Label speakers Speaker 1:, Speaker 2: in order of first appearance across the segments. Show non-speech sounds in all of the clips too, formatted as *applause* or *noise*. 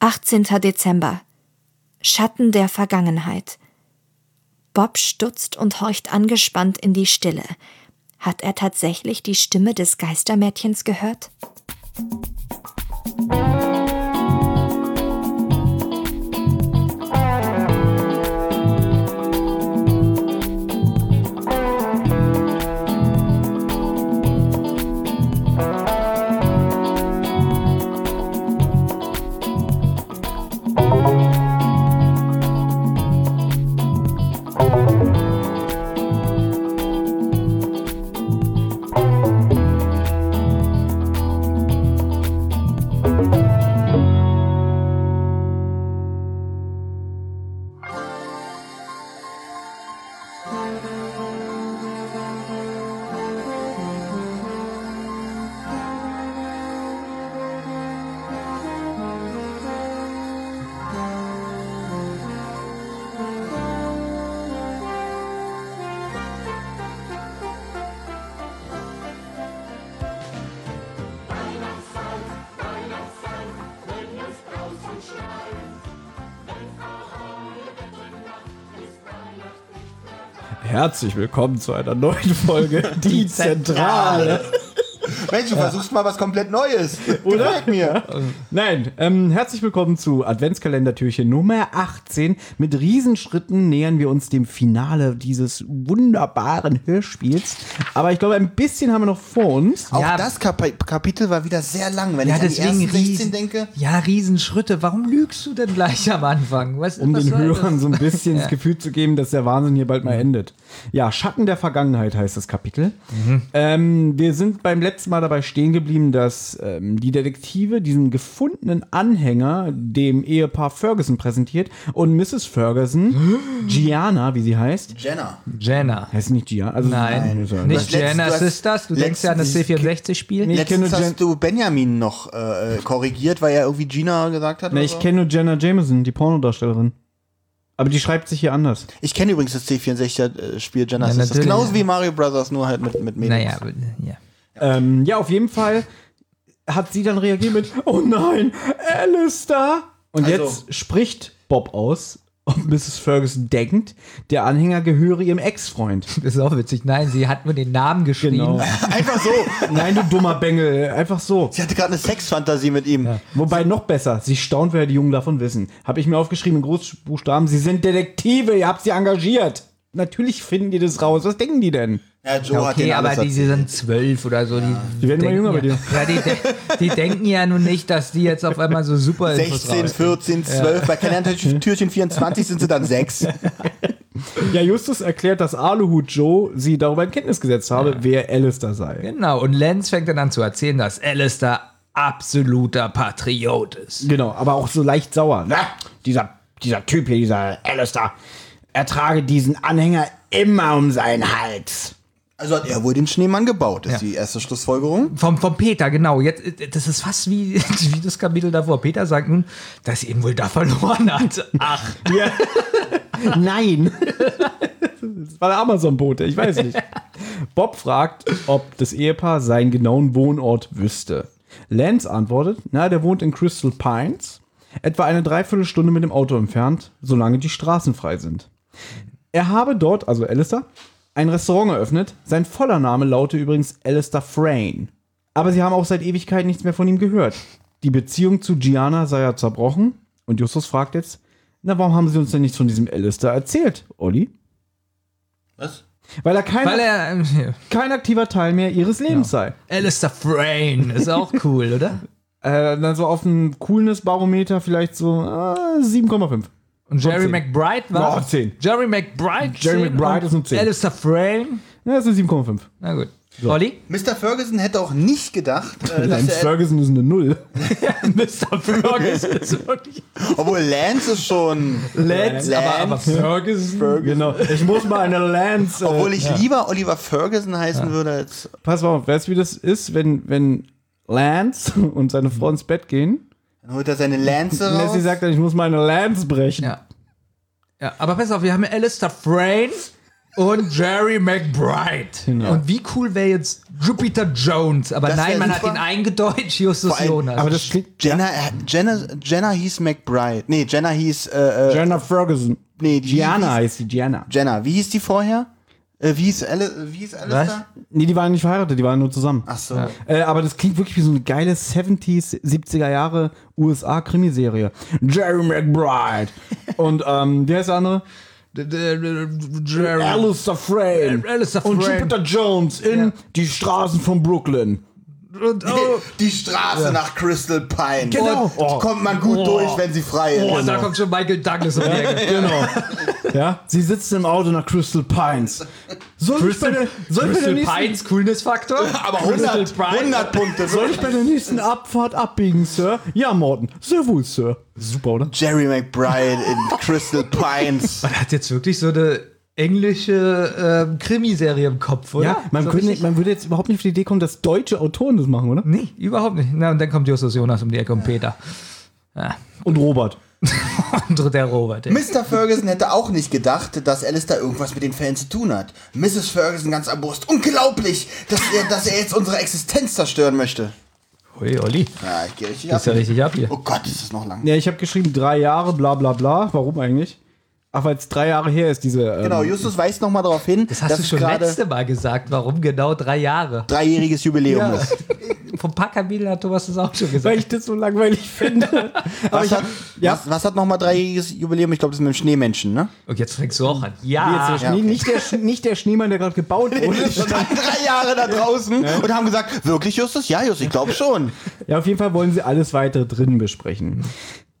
Speaker 1: 18. Dezember. Schatten der Vergangenheit. Bob stutzt und horcht angespannt in die Stille. Hat er tatsächlich die Stimme des Geistermädchens gehört?
Speaker 2: Herzlich willkommen zu einer neuen *laughs* Folge Die Zentrale.
Speaker 3: Mensch, du versuchst mal was komplett Neues. *laughs* Oder? Gefällt mir.
Speaker 2: Nein, ähm, herzlich willkommen zu Adventskalendertürchen Nummer 18. Mit Riesenschritten nähern wir uns dem Finale dieses wunderbaren Hörspiels. Aber ich glaube, ein bisschen haben wir noch vor uns.
Speaker 3: Auch
Speaker 4: Ja.
Speaker 3: das Kap Kapitel war wieder sehr lang. Wenn ich an die ersten 16 denke,
Speaker 4: Ja, Riesenschritte. Warum lügst du denn gleich am Anfang? Was,
Speaker 2: um
Speaker 4: was
Speaker 2: den
Speaker 4: soll
Speaker 2: Hörern
Speaker 4: das?
Speaker 2: so ein bisschen
Speaker 4: *laughs*
Speaker 2: das Gefühl zu geben, dass der Wahnsinn hier bald mal endet. Ja, Schatten der Vergangenheit heißt das Kapitel. Ähm, wir sind beim letzten Mal dabei stehen geblieben, dass ähm, die Detektive diesen gefundenen Anhänger dem Ehepaar Ferguson präsentiert und Mrs. Ferguson, Gianna, wie sie heißt,
Speaker 3: Jenna.
Speaker 4: Jenna.
Speaker 2: heißt sie nicht Gianna, also
Speaker 4: Nein,
Speaker 2: ist ja-
Speaker 4: nicht
Speaker 3: Du hast
Speaker 4: Jenna
Speaker 3: letzt- du hast
Speaker 4: Sisters. Du denkst
Speaker 3: letzt-
Speaker 4: ja an das
Speaker 3: dieses-
Speaker 4: C64-Spiel.
Speaker 2: Nee. Ich kenne
Speaker 3: Letztens
Speaker 2: nur Jen-
Speaker 3: hast du Benjamin noch äh, korrigiert, weil er irgendwie Gina gesagt hat.
Speaker 2: Na,
Speaker 3: oder
Speaker 2: ich
Speaker 3: so.
Speaker 2: kenne nur Jenna Jameson, die Pornodarstellerin. Aber die schreibt sich hier anders.
Speaker 3: ich kenne übrigens das C64-Spiel Jenna.
Speaker 4: Ja,
Speaker 3: Sisters.
Speaker 4: natürlich.
Speaker 3: genauso wie Mario Brothers, nur halt mit, mit Mädels.
Speaker 4: Naja, aber, ja.
Speaker 2: Ähm, ja, auf jeden Fall hat sie dann reagiert mit, oh nein, Alistair. Und
Speaker 3: Also-
Speaker 2: jetzt spricht Bob aus und Mrs. Ferguson denkt, der Anhänger gehöre ihrem Ex-Freund.
Speaker 4: Das ist auch witzig. Nein, sie hat mir den Namen geschrieben.
Speaker 2: Genau.
Speaker 3: *laughs* Einfach so.
Speaker 2: nein, du dummer Bengel, einfach so.
Speaker 3: Sie hatte gerade eine Sexfantasie mit ihm.
Speaker 2: Wobei noch besser, sie staunt, wer die Jungen davon wissen. Habe ich mir aufgeschrieben in Großbuchstaben, sie sind Detektive, ihr habt sie engagiert. Natürlich finden die das raus. Was denken die denn?
Speaker 3: Ja, Joe
Speaker 4: Ja,
Speaker 3: hat den
Speaker 4: okay, aber
Speaker 3: alles
Speaker 4: die, die sind zwölf oder so. Die,
Speaker 2: Die werden immer jünger
Speaker 4: denken
Speaker 2: bei dir.
Speaker 4: ja, Ja, die, de- die denken ja nun nicht, dass die jetzt auf einmal so super Infos
Speaker 3: 16,
Speaker 4: raus-
Speaker 3: 14, 12, bei
Speaker 4: *laughs*
Speaker 3: Kalendertürchen 24 sind sie dann 6.
Speaker 2: Ja, Justus erklärt, dass Aluhut Joe sie darüber in Kenntnis gesetzt habe, wer Alistair sei.
Speaker 4: Genau, und Lenz fängt dann an zu erzählen, dass Alistair absoluter Patriot ist.
Speaker 2: Genau, aber auch so leicht sauer. ne? Na, dieser, dieser Typ hier, dieser Alistair, ertrage diesen Anhänger immer um seinen Hals.
Speaker 3: Also hat er wohl den Schneemann gebaut, ist die erste Schlussfolgerung.
Speaker 4: Vom, vom Peter, genau. Jetzt, äh, das ist fast wie, *laughs* wie das Kapitel davor. Peter sagt nun, dass er eben wohl da verloren hat. Ach,
Speaker 2: Nein. das war der Amazon-Bote, ich weiß nicht. Bob fragt, ob das Ehepaar seinen genauen Wohnort wüsste. Lance antwortet, na, der wohnt in Crystal Pines, etwa eine Dreiviertelstunde mit dem Auto entfernt, solange die Straßen frei sind. Er habe dort, also Alistair, ein Restaurant eröffnet. Sein voller Name laute übrigens Alistair Frayne. Aber sie haben auch seit Ewigkeit nichts mehr von ihm gehört. Die Beziehung zu Gianna sei ja zerbrochen. Und Justus fragt jetzt, na, warum haben sie uns denn nichts von diesem Alistair erzählt, Olli?
Speaker 3: Was?
Speaker 2: Weil er kein,
Speaker 4: weil er. ähm,
Speaker 2: kein aktiver Teil mehr ihres Lebens sei.
Speaker 4: Alistair Frayne ist auch cool, oder?
Speaker 2: Äh, dann so auf dem Coolness-Barometer vielleicht so äh, 7,5.
Speaker 4: Und Jerry
Speaker 2: zehn.
Speaker 4: McBride war.
Speaker 2: Oh, zehn.
Speaker 4: Jerry McBride.
Speaker 2: Jerry
Speaker 4: zehn
Speaker 2: McBride
Speaker 4: und
Speaker 2: ist ein zehn.
Speaker 4: Alistair Frayne.
Speaker 2: Ja, das ist eine 7,5.
Speaker 4: Na gut. Olli?
Speaker 3: Mr. Ferguson hätte auch nicht gedacht, äh, dass
Speaker 2: Lance
Speaker 3: er,
Speaker 2: Ferguson ist eine Null.
Speaker 4: *laughs* Mr. Ferguson ist wirklich.
Speaker 3: obwohl Lance ist schon,
Speaker 2: Lance,
Speaker 3: aber- aber
Speaker 2: Ferguson. Genau. Ich muss mal eine Lance. Äh,
Speaker 3: obwohl ich lieber Oliver Ferguson heißen würde als
Speaker 2: pass mal auf, weißt du, wie das ist, wenn, wenn Lance *laughs* und seine Frau ins Bett gehen?
Speaker 3: dann holt er seine Lance raus.
Speaker 2: Leslie sagt dann, ich muss meine Lance brechen.
Speaker 4: Ja. ja. Aber pass auf, wir haben Alistair Frayne und Jerry McBride. Und wie cool wäre jetzt Jupiter Jones? Aber
Speaker 3: Genau. Das wär
Speaker 4: nein, man hat
Speaker 3: super.
Speaker 4: ihn eingedeutscht, Justus
Speaker 3: Vor allem-
Speaker 4: Jonas.
Speaker 2: Aber das klingt.
Speaker 3: Jenna, äh, Jenna, Jenna hieß McBride. Nee, Jenna hieß, äh, äh,
Speaker 2: Jenna Ferguson.
Speaker 3: Nee, die-
Speaker 2: Gianna heißt die Gianna.
Speaker 3: Jenna. Wie hieß die vorher? Äh, wie hieß, Ali wie hieß Alistair?
Speaker 2: Nee, die waren nicht verheiratet, die waren nur zusammen.
Speaker 3: Ach so.
Speaker 2: Äh, aber das klingt wirklich wie so eine geile 70s, 70er Jahre USA-Krimiserie. Jerry McBride. Und ähm, wie heißt der andere?
Speaker 4: D- d- d- Jerry.
Speaker 2: Alistair Frame.
Speaker 4: Alistair
Speaker 2: Und
Speaker 4: Frayne.
Speaker 2: Jupiter Jones in Die Straßen von Brooklyn.
Speaker 4: Und, oh,
Speaker 3: Die Straße nach Crystal Pine.
Speaker 4: Genau.
Speaker 3: Und
Speaker 2: Oh.
Speaker 3: Kommt man gut durch, wenn sie frei ist.
Speaker 4: oh, da kommt schon Michael Douglas um die Ecke.
Speaker 2: Genau. ja, sie sitzt im Auto nach Crystal Pines. Soll
Speaker 4: Crystal,
Speaker 2: ich bei der, soll ich bei der
Speaker 4: Crystal
Speaker 2: nächsten,
Speaker 4: Pines Coolness-Faktor?
Speaker 3: Aber 100,
Speaker 4: Crystal Pines.
Speaker 3: 100 Punkte.
Speaker 2: Soll ich bei der nächsten Abfahrt abbiegen, Sir? Ja, Morten. Sehr wohl, Sir. Super, oder?
Speaker 3: Jerry McBride in
Speaker 2: *laughs*
Speaker 3: Crystal Pines.
Speaker 4: Man hat jetzt wirklich so eine englische ähm, Krimiserie im Kopf, oder?
Speaker 2: Ja, man,
Speaker 4: so
Speaker 2: könnte,
Speaker 4: richtig-
Speaker 2: man würde jetzt überhaupt nicht auf die Idee kommen, dass deutsche Autoren das machen, oder?
Speaker 4: Nee, überhaupt nicht. Na, und dann kommt Justus Jonas um die Ecke und Peter.
Speaker 2: Und Robert.
Speaker 4: Und der Robert. Ja.
Speaker 3: Mr. Ferguson hätte auch nicht gedacht, dass Alistair irgendwas mit den Fällen zu tun hat. Mrs. Ferguson ganz am Brust. Unglaublich, dass er, dass er jetzt unsere Existenz zerstören möchte.
Speaker 4: Hui, Olli.
Speaker 3: Ja, ich gehe richtig
Speaker 4: Das ist ja richtig ab hier.
Speaker 3: Oh Gott, ist das noch lang.
Speaker 2: Ja, ich habe geschrieben drei Jahre, bla bla bla. Warum eigentlich? Ach, weil es drei Jahre her ist, diese. Ähm,
Speaker 3: Genau, Justus weist nochmal darauf hin,
Speaker 4: Das hast du
Speaker 3: es
Speaker 4: schon
Speaker 3: gerade
Speaker 4: letzte Mal gesagt. Warum genau drei Jahre?
Speaker 3: dreijähriges Jubiläum
Speaker 4: Ja.
Speaker 3: ist.
Speaker 4: Vom Packerbiedel hat Thomas das auch schon
Speaker 2: Weil
Speaker 4: gesagt.
Speaker 2: ich das so langweilig
Speaker 3: *laughs*
Speaker 2: finde. Aber
Speaker 3: Was
Speaker 2: ich hab,
Speaker 3: hat,
Speaker 2: ja.
Speaker 3: was, was hat nochmal dreijähriges Jubiläum? Ich glaube, das ist mit dem Schneemenschen, ne?
Speaker 4: Und jetzt fängst du auch an.
Speaker 2: Jetzt der
Speaker 4: Ja.
Speaker 2: Schnee,
Speaker 3: Ah, okay.
Speaker 2: nicht, der, Sch- nicht der Schneemann, der gerade
Speaker 3: *laughs*
Speaker 2: gebaut wurde.
Speaker 3: Die standen drei Jahre da draußen und haben gesagt, wirklich Justus? Ja, Justus, ich glaube schon.
Speaker 2: ja, auf jeden Fall wollen sie alles weitere drinnen besprechen.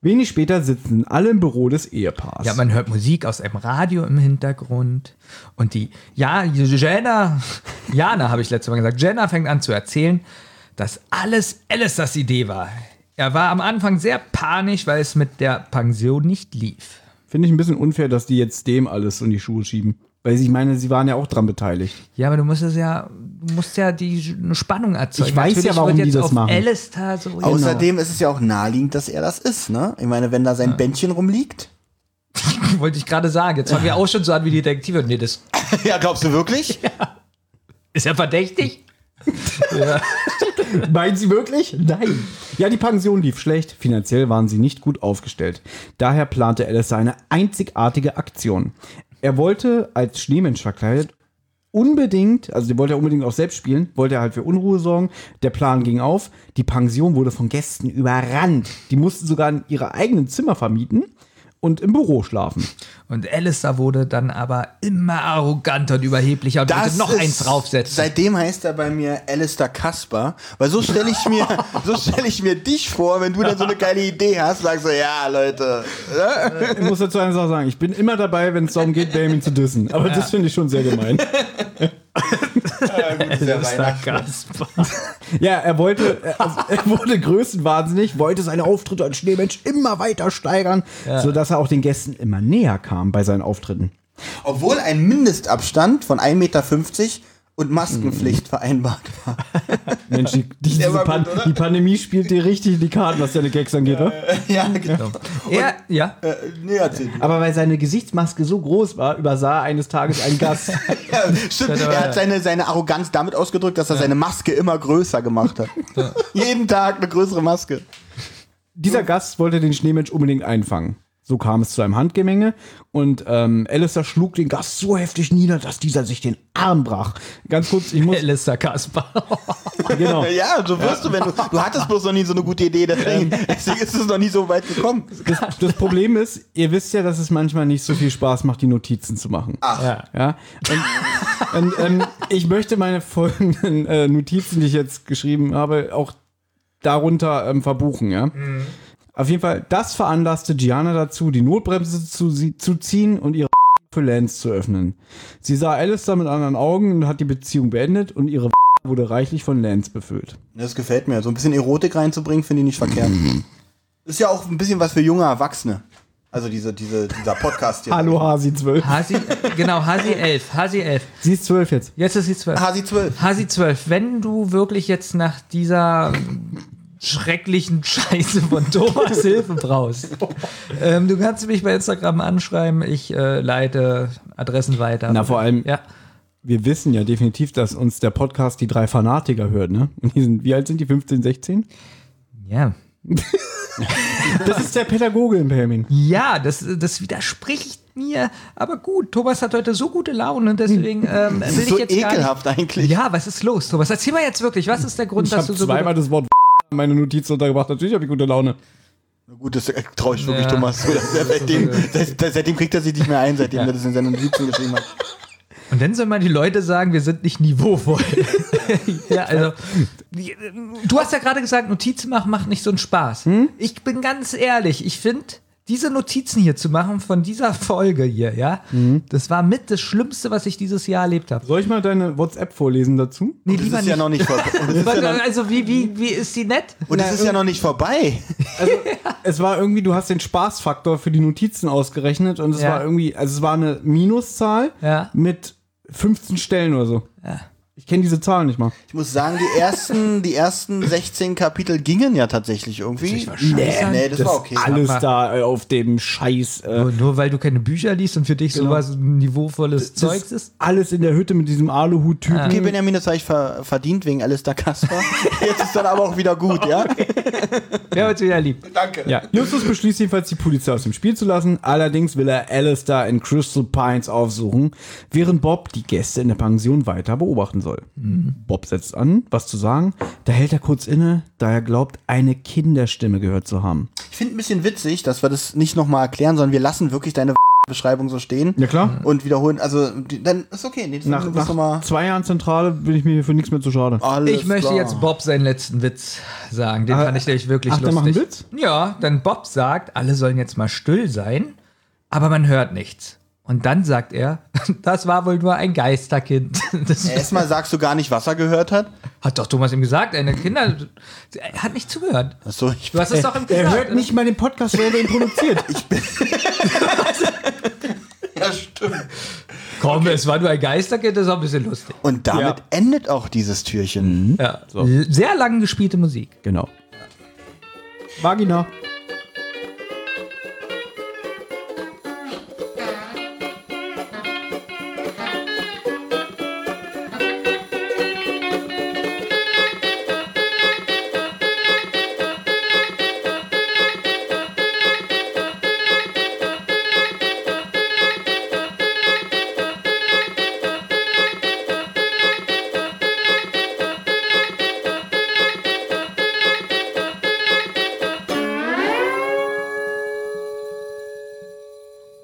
Speaker 2: Wenig später sitzen alle im Büro des Ehepaars.
Speaker 4: Ja, man hört Musik aus einem Radio im Hintergrund. Und die, ja, Jenna, Jana habe ich letztes Mal gesagt, Jenna fängt an zu erzählen, dass alles Alistairs Idee war. Er war am Anfang sehr panisch, weil es mit der Pension nicht lief.
Speaker 2: Finde ich ein bisschen unfair, dass die jetzt dem alles in die Schuhe schieben. Weil sie- ich meine, sie waren ja auch dran beteiligt.
Speaker 4: Ja, aber du musst es ja, du musst ja die eine Spannung erzeugen.
Speaker 2: Ich weiß ja,
Speaker 4: wird
Speaker 2: warum die
Speaker 4: jetzt
Speaker 2: das
Speaker 4: auf
Speaker 2: machen.
Speaker 4: Alistair so
Speaker 3: Außerdem ist es ja auch naheliegend, dass er das ist, ne? Ich meine, wenn da sein Bändchen rumliegt.
Speaker 4: *laughs* wollte ich gerade sagen. Jetzt fangen wir auch schon so an wie die Detektive. Nee, das
Speaker 3: Ja, glaubst du wirklich?
Speaker 4: ist ja verdächtig.
Speaker 2: Meinen Sie wirklich? Nein. Ja, die Pension lief schlecht. Finanziell waren sie nicht gut aufgestellt. Daher plante Alice eine einzigartige Aktion. Er wollte als Schneemensch verkleidet unbedingt, also den wollte er unbedingt auch selbst spielen, wollte er halt für Unruhe sorgen. Der Plan ging auf. Die Pension wurde von Gästen überrannt. Die mussten sogar in ihre eigenen Zimmer vermieten und im Büro schlafen.
Speaker 4: Und Alistair wurde dann aber immer arroganter und überheblicher und wollte noch
Speaker 3: ist-
Speaker 4: eins draufsetzen.
Speaker 3: Seitdem heißt er bei mir Alistair Kasper, weil so stelle ich *laughs* mir, so stelle ich mir dich vor, wenn du dann so eine geile Idee hast, sagst du, ja, Leute.
Speaker 2: Ich muss dazu eine Sache sagen, ich bin immer dabei, wenn es darum geht, Damien zu dissen. Aber das finde ich schon sehr gemein.
Speaker 4: Kasper.
Speaker 2: Ja, er wollte, er,
Speaker 3: *laughs*
Speaker 2: also, er wurde größenwahnsinnig, wollte seine Auftritte als Schneemensch immer weiter steigern, sodass er auch den Gästen immer näher kam bei seinen Auftritten.
Speaker 3: Obwohl ein Mindestabstand von 1,50 Meter und Maskenpflicht vereinbart war.
Speaker 2: Mensch, die, die,
Speaker 3: Der
Speaker 2: diese
Speaker 3: war
Speaker 2: Pan
Speaker 3: gut, oder?
Speaker 2: die Pandemie spielt dir richtig in die Karten, was deine Gags angeht, oder?
Speaker 3: *laughs* Ja, genau.
Speaker 4: Ja, ja.
Speaker 3: Äh, nee, erzähl.
Speaker 2: Aber weil seine Gesichtsmaske so groß war, übersah er eines Tages ein
Speaker 3: *laughs*
Speaker 2: Gast.
Speaker 3: Ja, stimmt. Er hat seine, seine Arroganz damit ausgedrückt, dass er seine Maske immer größer gemacht *laughs* hat. Jeden Tag eine größere Maske.
Speaker 2: Dieser Gast wollte den Schneemensch unbedingt einfangen. So kam es zu einem Handgemenge und ähm, Alistair schlug den Gast so heftig nieder, dass dieser sich den Arm brach. Ganz kurz, ich muss.
Speaker 4: Alistair Kasper.
Speaker 2: genau.
Speaker 3: *laughs* Ja, so wirst du, wenn du. Du hattest bloß noch nie so eine gute Idee, deswegen, deswegen *laughs* ist es noch nie so weit gekommen.
Speaker 2: Das, das Problem ist, ihr wisst ja, dass es manchmal nicht so viel Spaß macht, die Notizen zu machen. Ach.
Speaker 4: Ja.
Speaker 2: Ja. Und, und ähm, ich möchte meine folgenden äh, Notizen, die ich jetzt geschrieben habe, auch darunter ähm, verbuchen, ja. Auf jeden Fall, das veranlasste Gianna dazu, die Notbremse zu, sie, zu ziehen und ihre für Lance zu öffnen. Sie sah Alistair mit anderen Augen und hat die Beziehung beendet und ihre wurde reichlich von Lance befüllt.
Speaker 3: Ne, Das gefällt mir. So ein bisschen Erotik reinzubringen, finde ich nicht verkehrt. Ist ja auch ein bisschen was für junge Erwachsene. Also diese, diese, dieser Podcast hier.
Speaker 2: Hallo Hasi 12.
Speaker 4: *laughs* Hasi, genau, Hasi 11. Hasi 11.
Speaker 2: Sie ist 12 jetzt.
Speaker 4: Jetzt ist sie 12.
Speaker 3: Hasi 12.
Speaker 4: Hasi 12, wenn du wirklich jetzt nach dieser schrecklichen Scheiße von Thomas Hilfe brauchst. ähm, du kannst mich bei Instagram anschreiben. Ich äh, leite Adressen weiter.
Speaker 2: Na, vor allem-
Speaker 4: Ja.
Speaker 2: Wir wissen ja definitiv, dass uns der Podcast die drei Fanatiker hört, ne? Und die sind, wie alt sind die? 15, 16?
Speaker 4: Ja.
Speaker 2: Das ist der Pädagoge im Permin.
Speaker 4: Ja, das, das widerspricht mir. Aber gut, Thomas hat heute so gute Laune
Speaker 3: *laughs*
Speaker 4: und deswegen ähm, will
Speaker 3: Das ist
Speaker 4: ich
Speaker 3: so
Speaker 4: jetzt gar nicht.
Speaker 3: ekelhaft eigentlich.
Speaker 4: Ja, was ist los, Thomas? Erzähl mal jetzt wirklich, was ist der Grund,
Speaker 2: Ich
Speaker 4: dass
Speaker 2: habe
Speaker 4: du so
Speaker 2: zweimal
Speaker 4: gute-
Speaker 2: das Wort *laughs* in meine Notiz untergebracht. Natürlich habe ich gute Laune.
Speaker 3: Gut, das traue ich wirklich
Speaker 4: Ja.
Speaker 3: Thomas zu. dass er Seitdem, seit- seit- seitdem kriegt er sich nicht mehr ein, seitdem er das in seinen Notizen geschrieben hat.
Speaker 4: Und dann sollen mal die Leute sagen, wir sind nicht niveauvoll.
Speaker 2: *laughs*
Speaker 4: ja, also du hast ja gerade gesagt, Notizen machen macht nicht so einen Spaß.
Speaker 3: Hm?
Speaker 4: Ich bin ganz ehrlich, ich finde diese Notizen hier zu machen von dieser Folge hier, ja,
Speaker 3: Hm?
Speaker 4: das war mit das Schlimmste, was ich dieses Jahr erlebt habe.
Speaker 2: Soll ich mal deine WhatsApp vorlesen dazu?
Speaker 4: Nee,
Speaker 3: Das ist ja noch *laughs* nicht vorbei. Und das ist ja noch,
Speaker 4: Also wie, wie, wie ist die nett?
Speaker 3: und das ist ja noch nicht vorbei.
Speaker 2: Es war irgendwie, du hast den Spaßfaktor für die Notizen ausgerechnet und es
Speaker 4: Ja.
Speaker 2: war irgendwie, also es war eine Minuszahl
Speaker 4: Ja.
Speaker 2: mit 15 Stellen oder so. Ich kenne diese Zahlen nicht mal.
Speaker 3: Ich muss sagen, die ersten, die ersten 16 Kapitel gingen ja tatsächlich irgendwie.
Speaker 4: scheiße.
Speaker 3: Nee, das, war okay.
Speaker 2: Alles
Speaker 4: mal.
Speaker 2: da äh, auf dem Scheiß. Äh,
Speaker 4: Nur, nur weil du keine Bücher liest und für dich
Speaker 2: Genau.
Speaker 4: sowas niveauvolles Zeugs ist.
Speaker 2: alles in der Hütte mit diesem Aluhut-Typen.
Speaker 3: Okay, Benjamin, das habe ich ver verdient wegen Alistair *laughs* Kasper. Jetzt ist dann aber auch wieder gut, ja?
Speaker 4: Ja, wird's wieder lieb.
Speaker 3: Danke.
Speaker 2: Ja, Justus beschließt jedenfalls, die Polizei aus dem Spiel zu lassen. Allerdings will er Alistair in Crystal Pines aufsuchen, während Bob die Gäste in der Pension weiter beobachten soll. Bob setzt an, was zu sagen. Da hält er kurz inne, da er glaubt, eine Kinderstimme gehört zu haben.
Speaker 3: Ich finde ein bisschen witzig, dass wir das nicht nochmal erklären, sondern wir lassen wirklich deine *laughs* Beschreibung so stehen.
Speaker 2: Ja, klar.
Speaker 3: Und wiederholen, also die, dann ist okay. Nee, das
Speaker 2: Äh, Nach,
Speaker 3: müssen wir mal Ah.
Speaker 2: nach zwei Jahren Zentrale bin ich mir für nichts mehr zu schade.
Speaker 3: Alles
Speaker 4: Ich möchte
Speaker 3: klar.
Speaker 4: jetzt Bob seinen letzten Witz sagen. Den fand ich nämlich wirklich
Speaker 2: Ah, ach, der
Speaker 4: lustig.
Speaker 2: macht einen Witz?
Speaker 4: Ja, denn Bob sagt, alle sollen jetzt mal still sein, aber man hört nichts. Und dann sagt er, *laughs* das war wohl nur ein Geisterkind. *laughs* Das
Speaker 2: Äh.
Speaker 3: Erstmal sagst du gar nicht, was er gehört hat.
Speaker 4: hat doch Thomas ihm gesagt, eine Kinder. Er hat nicht zugehört.
Speaker 3: Achso, ich
Speaker 2: *laughs*
Speaker 4: Du hast es doch im
Speaker 2: Äh, Er hört nicht mal den Podcast, der ihn produziert.
Speaker 3: *laughs* Ja, stimmt.
Speaker 4: Komm, es war nur ein Geisterkind, das ist auch ein bisschen lustig.
Speaker 3: Und damit
Speaker 2: Ja.
Speaker 3: endet auch dieses Türchen.
Speaker 4: Ja. L- Sehr lang gespielte Musik.
Speaker 2: genau. Vagina.